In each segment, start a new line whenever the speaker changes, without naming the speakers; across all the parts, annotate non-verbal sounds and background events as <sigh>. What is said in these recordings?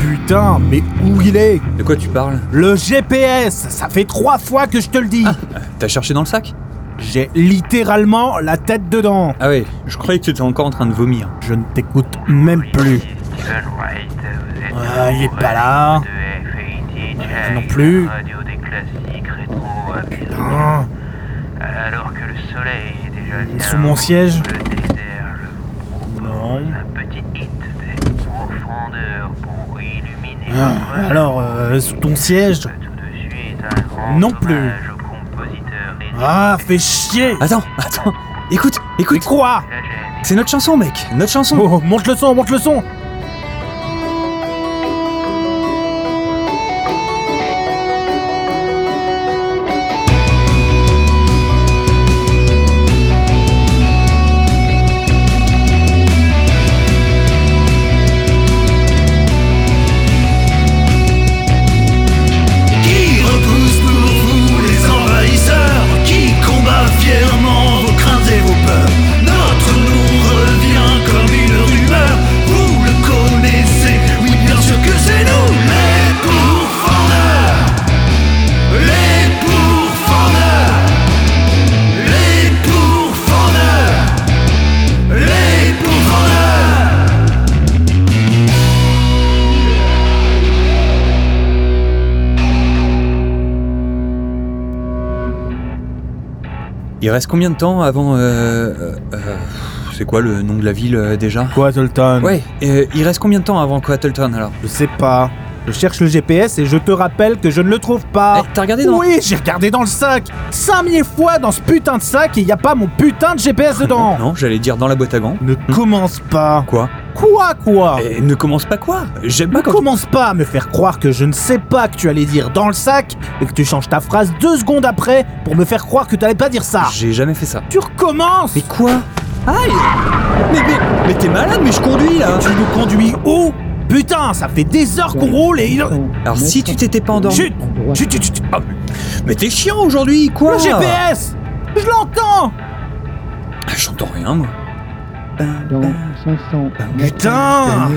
Putain, mais où il est
De quoi tu parles
Le GPS Ça fait trois fois que je te le dis
Euh, T'as cherché dans le sac
J'ai littéralement la tête dedans.
Ah ouais, je croyais que tu étais encore en train de vomir.
Je ne t'écoute même plus.
Stephen Wright, vous êtes
Ah, il est
amoureux
pas là.
de FATJ,
non plus.
Radio des classiques rétro.
Hein,
Alors que le soleil est déjà
est
bien
sous mon siège
le désert, je vous propose
Non.
un petit hit des profondeurs pour illuminer votre
Ah, Alors, euh, sous ton siège
tout de suite un grand
Non plus.
hommage au compositeur des
Ah, fais chier
Attends, attends, écoute,
Mais
écoute
quoi
la gêne.
C'est notre chanson, mec Notre chanson
Oh, monte le son, monte le son
Qui repousse pour vous les envahisseurs Qui combat fièrement vos craintes et vos peurs Notre nom revient comme une rumeur Vous le connaissez, oui bien sûr que c'est nous Les pourfendeurs Les pourfendeurs Les pourfendeurs Les pourfendeurs
Il reste combien de temps avant... euh, euh, euh, c'est quoi le nom de la ville euh, déjà
Quoi, Tolton
Ouais, euh, il reste combien de temps avant Coatleton alors
Je sais pas. Je cherche le GPS et je te rappelle que je ne le trouve pas.
Eh, T'as regardé dans...
Ah. Oui, j'ai regardé dans le sac 5000 fois dans ce putain de sac et il n'y a pas mon putain de GPS dedans
Non, j'allais dire dans la boîte à gants.
Ne commence pas
Quoi
Quoi, quoi
Eh, Ne commence pas quoi J'aime pas
Ne
quand...
commence pas à me faire croire que je ne sais pas que tu allais dire dans le sac et que tu changes ta phrase deux secondes après pour me faire croire que t'allais pas dire ça.
J'ai jamais fait ça.
Tu recommences
Mais quoi Aïe Mais, mais, mais t'es malade, mais je conduis là
Tu nous conduis où Putain, ça fait des heures qu'on roule et il...
Alors si tu t'étais pas endormi...
Chut Chut, chut, chut
Ah, mais- mais t'es chiant aujourd'hui, quoi
Le GPS Je l'entends
Ah, J'entends rien, moi.
Dans 500
Putain
mètres, à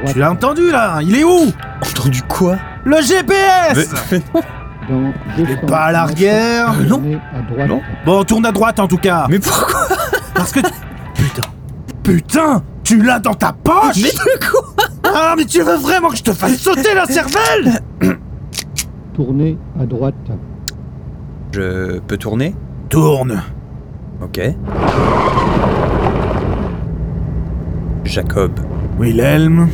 droite,
Tu l'as entendu là Il est où
Entendu quoi
Le GPS
Mais-
dans
Il
200
est pas à l'arrière
Euh, non.
tournez à droite.
Non.
Bon, tourne à droite en tout cas
Mais pourquoi
Parce que... Putain Putain Tu l'as dans ta poche
Mais de quoi
Ah, mais tu veux vraiment que je te fasse sauter la cervelle
Euh,
Tournez à droite.
Je peux tourner
Tourne
Ok. Jacob,
Wilhelm,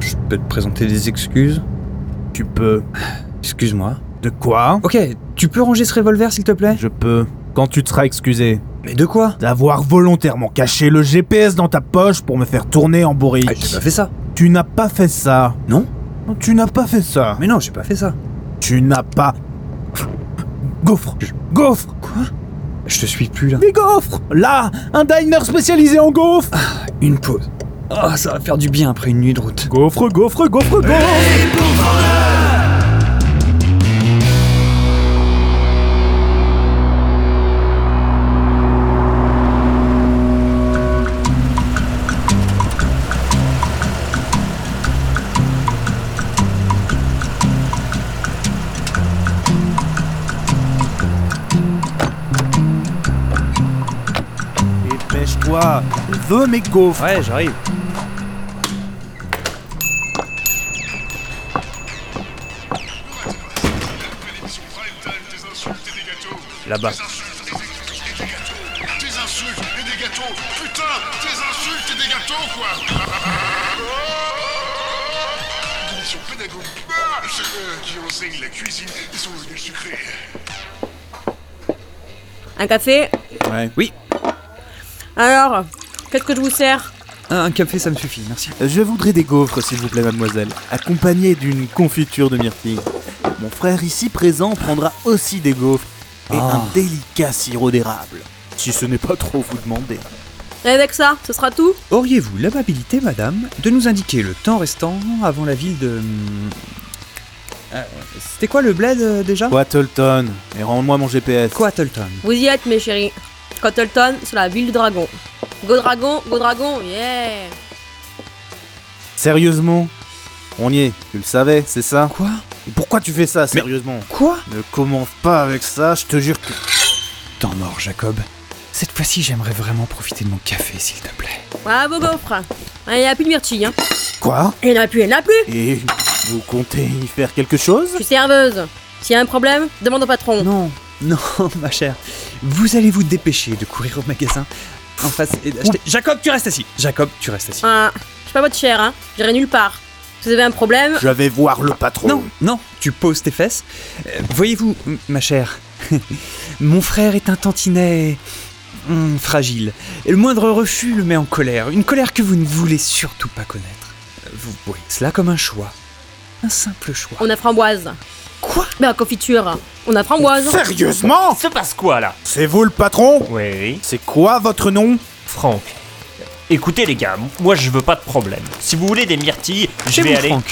je peux te présenter des excuses
tu peux.
Excuse-moi.
De quoi
Ok, tu peux ranger ce revolver s'il te plaît
Je peux. Quand tu te seras excusé.
Mais de quoi
D'avoir volontairement caché le GPS dans ta poche pour me faire tourner en bourrique.
ah, J'ai pas fait ça.
Tu n'as pas fait ça.
Non
Tu n'as pas fait ça.
Mais non, j'ai pas fait ça.
Tu n'as pas. Gaufre
Je-
Gaufre
Je te suis plus là.
Des gaufres Là Un diner spécialisé en gaufres
Une pause. Ah, ça va faire du bien après une nuit de route.
Gaufre, gaufre, gaufre, gaufre Dépêche-toi Veux mes gaufres
Ouais, j'arrive. Là-bas.
Tes insultes et des gâteaux Putain Tes insultes et des gâteaux, quoi Commission pédagogique. Ah, ceux euh, qui enseignent la cuisine, ils sont devenus sucrés.
Un café
Ouais.
Oui.
Alors, qu'est-ce que je vous sers
Ah, Un café, ça me suffit, merci.
Je voudrais des gaufres, s'il vous plaît, mademoiselle, accompagnées d'une confiture de myrtille. Mon frère ici présent prendra aussi des gaufres et
Ah.
un délicat sirop d'érable. Si ce n'est pas trop vous demander.
Et avec ça, ce sera tout
Auriez-vous l'amabilité, madame, de nous indiquer le temps restant avant la ville de. hum, euh, C'était quoi le bled euh, déjà
Quattleton, et rends-moi mon GPS.
Coatleton.
Vous y êtes, mes chéris. Cottleton, c'est la ville du dragon. Go dragon, go dragon, yeah
Sérieusement On y est, tu le savais, c'est ça
Quoi
Et pourquoi tu fais ça, sérieusement
Quoi
Ne commence pas avec ça, je te jure que...
Temps mort, Jacob. Cette fois-ci, j'aimerais vraiment profiter de mon café, s'il te plaît.
Bravo, gaufre. Ah, Il n'y a plus de myrtille, hein.
Quoi
Il n'y en a plus, il n'y en a plus.
Et vous comptez y faire quelque chose
Je suis serveuse. S'il y a un problème, demande au
<laughs>
patron.
Non, non, <laughs> ma chère. Vous allez vous dépêcher de courir au magasin en face et d'acheter. Jacob, tu restes assis. Jacob, tu restes assis.
Ah, je suis pas votre chère, hein. J'irai nulle part. Si vous avez un problème,
Je vais voir le patron.
Non, non, tu poses tes fesses. Euh, Voyez-vous, m- ma chère, <laughs> mon frère est un tantinet hum, fragile. Et le moindre refus le met en colère, une colère que vous ne voulez surtout pas connaître. Euh, Vous voyez cela comme un choix, un simple choix.
on a framboise.
Quoi
Ben, confiture. On a framboise.
Sérieusement
Se passe quoi là
C'est vous le patron
Oui.
C'est quoi votre nom
Franck. Écoutez les gars, moi je veux pas de problème. Si vous voulez des myrtilles, je
Chez
vais
vous,
aller.
Franck.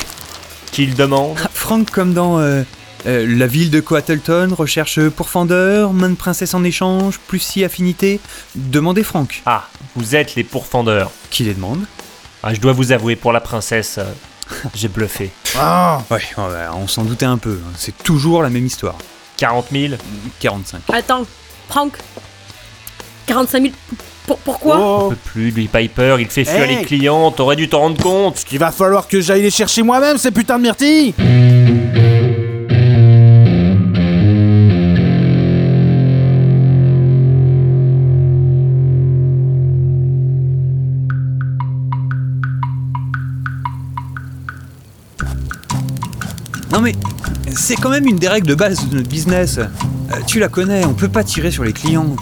Qu'il demande.
Ah, Franck, comme dans euh, euh, La ville de Coatleton, recherche pourfendeur, main de princesse en échange, plus si affinité. Demandez Franck.
Ah, vous êtes les pourfendeurs.
Qui les demande
Ah, je dois vous avouer, pour la princesse, euh, j'ai bluffé.
Ah
Ouais, ouais, ouais, on s'en doutait un peu. hein. C'est toujours la même histoire.
40 000
45.
Attends, Franck. 45 000. pour- pourquoi
On
Oh
peut plus, lui, Piper, il fait fuir
Hey
les clients, t'aurais dû t'en rendre compte.
Il va falloir que j'aille les chercher moi-même, ces putains de myrtilles
Non mais, c'est quand même une des règles de base de notre business. Euh, tu la connais, on peut pas tirer sur les clients.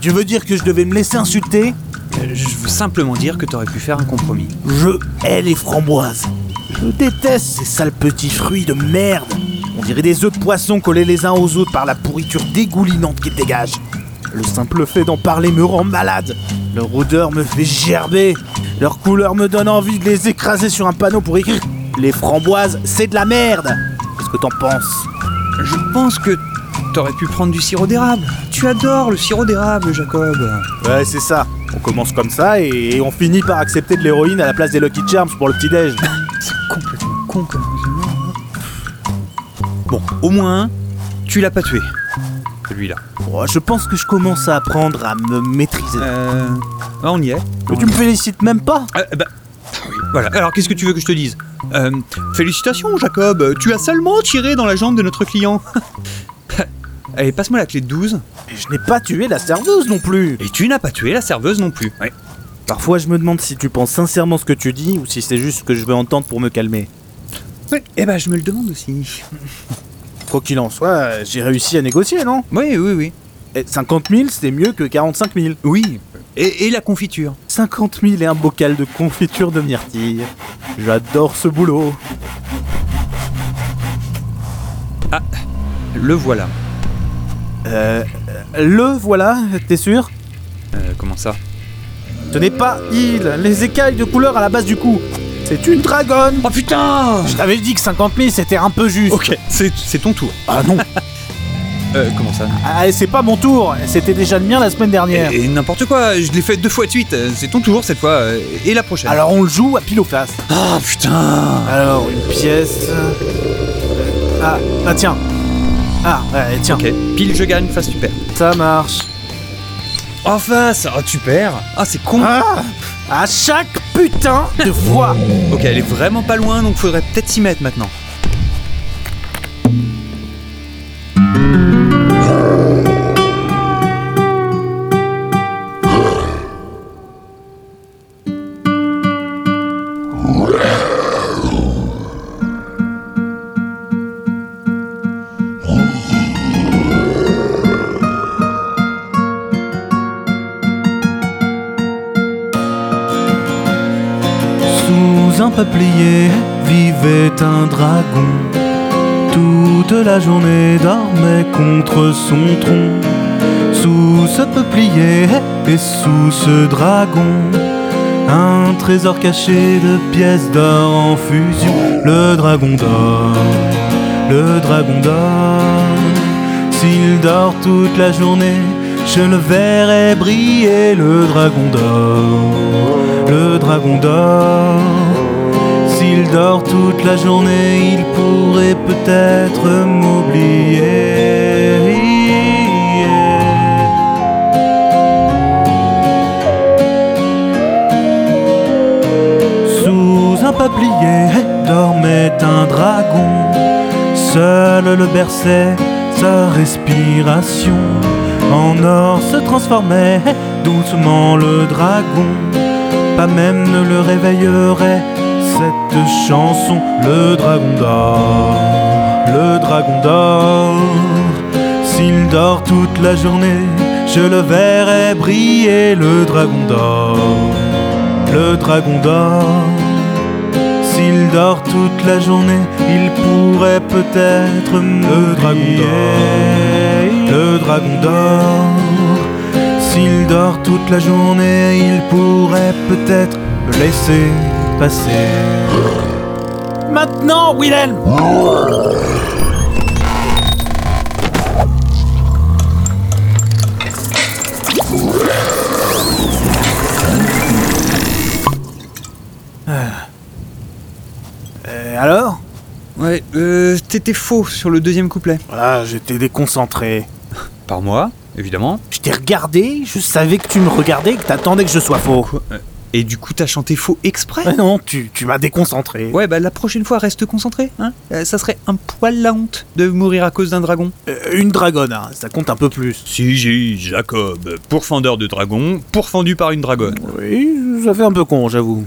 Tu veux dire que je devais me laisser insulter
Euh, je veux simplement dire que t'aurais pu faire un compromis.
Je hais les framboises. Je déteste ces sales petits fruits de merde. On dirait des œufs de poisson collés les uns aux autres par la pourriture dégoulinante qu'ils dégagent. Le simple fait d'en parler me rend malade. Leur odeur me fait gerber. Leur couleur me donne envie de les écraser sur un panneau pour écrire Les framboises, c'est de la merde Qu'est-ce que t'en penses
Je pense que t'aurais pu prendre du sirop d'érable. Tu adores le sirop d'érable, Jacob.
Ouais, c'est ça. On commence comme ça et on finit par accepter de l'héroïne à la place des Lucky Charms pour le petit-déj.
C'est complètement con comme raisonnement, hein. Bon, au moins, tu l'as pas tué. Celui-là.
Oh, je pense que je commence à apprendre à me maîtriser.
Euh... ah, on y est.
Mais tu me félicites même pas
Euh, bah... ah oui, Voilà, alors qu'est-ce que tu veux que je te dise Euh, Félicitations Jacob, tu as seulement tiré dans la jambe de notre client. <laughs> Allez, passe-moi la clé de 12.
Et Je n'ai pas tué la serveuse non plus
Et tu n'as pas tué la serveuse non plus. Ouais.
Parfois je me demande si tu penses sincèrement ce que tu dis ou si c'est juste ce que je veux entendre pour me calmer.
Ouais, Eh ben je me le demande aussi.
Quoi qu'il en soit, euh, j'ai réussi à négocier, non
Oui, oui, oui.
Eh, 50 000, c'était mieux que 45 000.
Oui. Et, et la confiture.
50 000 et un bocal de confiture de myrtille. J'adore ce boulot.
Le voilà.
Euh, le voilà, t'es sûr
Euh, comment ça
Ce n'est pas il, les écailles de couleur à la base du cou. C'est une dragonne
Oh putain
Je t'avais dit que 50 000 c'était un peu juste.
Ok, c'est c'est ton tour.
Ah non
<laughs> Euh, comment ça
Ah, c'est pas mon tour, c'était déjà le mien la semaine dernière.
Et, et n'importe quoi, je l'ai fait deux fois de suite. Euh, C'est ton tour cette fois euh, et la prochaine.
Alors on le joue à pile ou face.
Ah putain
Alors une pièce. euh, Ah, ah tiens. Ah, ouais, tiens,
Ok, pile je gagne, face tu perds.
ça marche.
En face Ah tu perds Ah c'est con
Ah À chaque putain de <laughs> fois
Ok, elle est vraiment pas loin, donc faudrait peut-être s'y mettre maintenant.
Sous un peuplier vivait un dragon. Toute la journée dormait contre son tronc. Sous ce peuplier et sous ce dragon, un trésor caché de pièces d'or en fusion. Le dragon dort, le dragon dort. S'il dort toute la journée, je le verrai briller. Le dragon dort, le dragon dort. S'il S'il dort toute la journée, il pourrait peut-être m'oublier. Sous un peuplier dormait un dragon. Seul le berçait sa respiration. En or se transformait doucement le dragon. Pas même ne le réveillerait cette chanson. Le dragon dort, le dragon dort. S'il dort toute la journée, je le verrai briller. Le dragon dort, le dragon dort. S'il dort toute la journée, il pourrait peut-être me dragon Le dragon dort. S'il dort toute la journée, il pourrait peut-être me laisser passer.
Maintenant, Willem
Ah. Euh, alors
Ouais, euh, t'étais faux sur le deuxième couplet.
Voilà, Ah, j'étais déconcentré.
Par moi, évidemment.
Je t'ai regardé, je savais que tu me regardais et que t'attendais que je sois faux. <laughs>
Et du coup, t'as chanté faux exprès
Mais non, tu, tu m'as déconcentré.
Ouais, bah la prochaine fois, reste concentré, hein Euh, Ça serait un poil la honte de mourir à cause d'un dragon.
Euh, une dragonne, hein, ça compte un peu plus.
Si, j'ai Jacob, pourfendeur de dragon, pourfendu par une dragonne.
Oui, ça fait un peu con, j'avoue.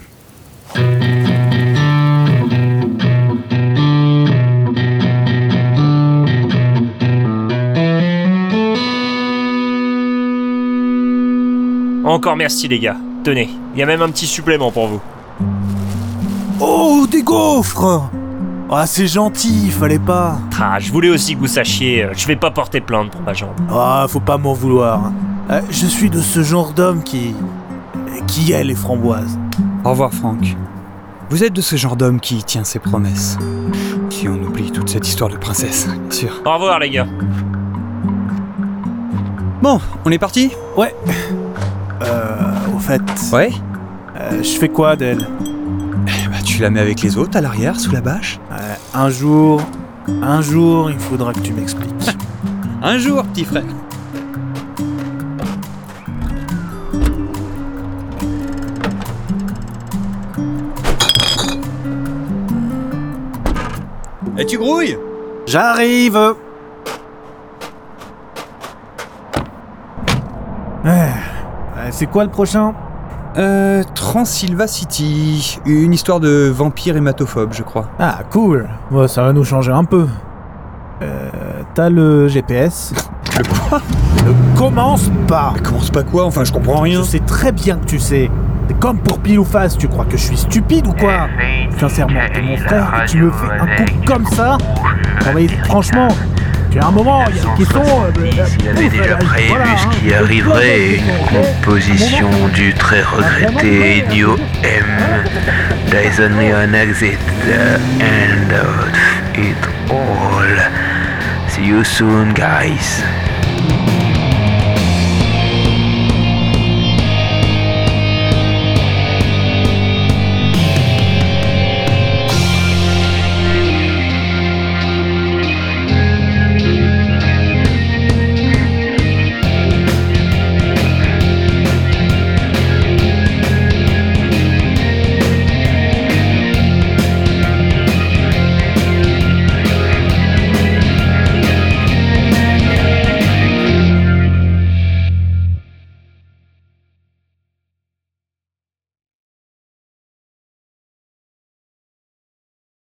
Encore merci les gars. Tenez, il y a même un petit supplément pour vous.
Oh, des gaufres Ah, c'est gentil, fallait pas.
Ah, je voulais aussi que vous sachiez, euh, je vais pas porter plainte pour ma jambe.
Ah, faut pas m'en vouloir. hein. Euh, Je suis de ce genre d'homme qui. qui est les framboises.
Au revoir, Franck. Vous êtes de ce genre d'homme qui tient ses promesses. Si on oublie toute cette histoire de princesse, bien sûr.
Au revoir les gars.
Bon, on est parti
Euh, au fait,
Ouais
euh, je fais quoi d'elle
Bah, tu la mets avec les autres à l'arrière, sous la bâche.
Euh, Un jour. Un jour, il faudra que tu <laughs> m'expliques.
Un jour, petit frère. Et tu grouilles
J'arrive Ah, euh, C'est quoi le prochain
Euh, Transylva City. Une histoire de vampire hématophobe, je crois.
Ah, cool Bon, Ça va nous changer un peu. Euh, T'as le GPS
Le quoi
Ne commence pas
Mais commence pas quoi Enfin, je comprends rien.
Je sais très bien que tu sais. C'est comme pour pile ou face, tu crois que je suis stupide ou quoi Sincèrement, t'es mon frère et tu me fais un coup comme ça Non mais Ah franchement, tu as un moment, il y a des questions... euh, euh,
Il avait
pouf,
déjà
euh,
prévu
voilà,
ce
hein.
qui arriverait, une composition du très regretté idiot M. Dyson Leonax is the end of it all. See you soon, guys.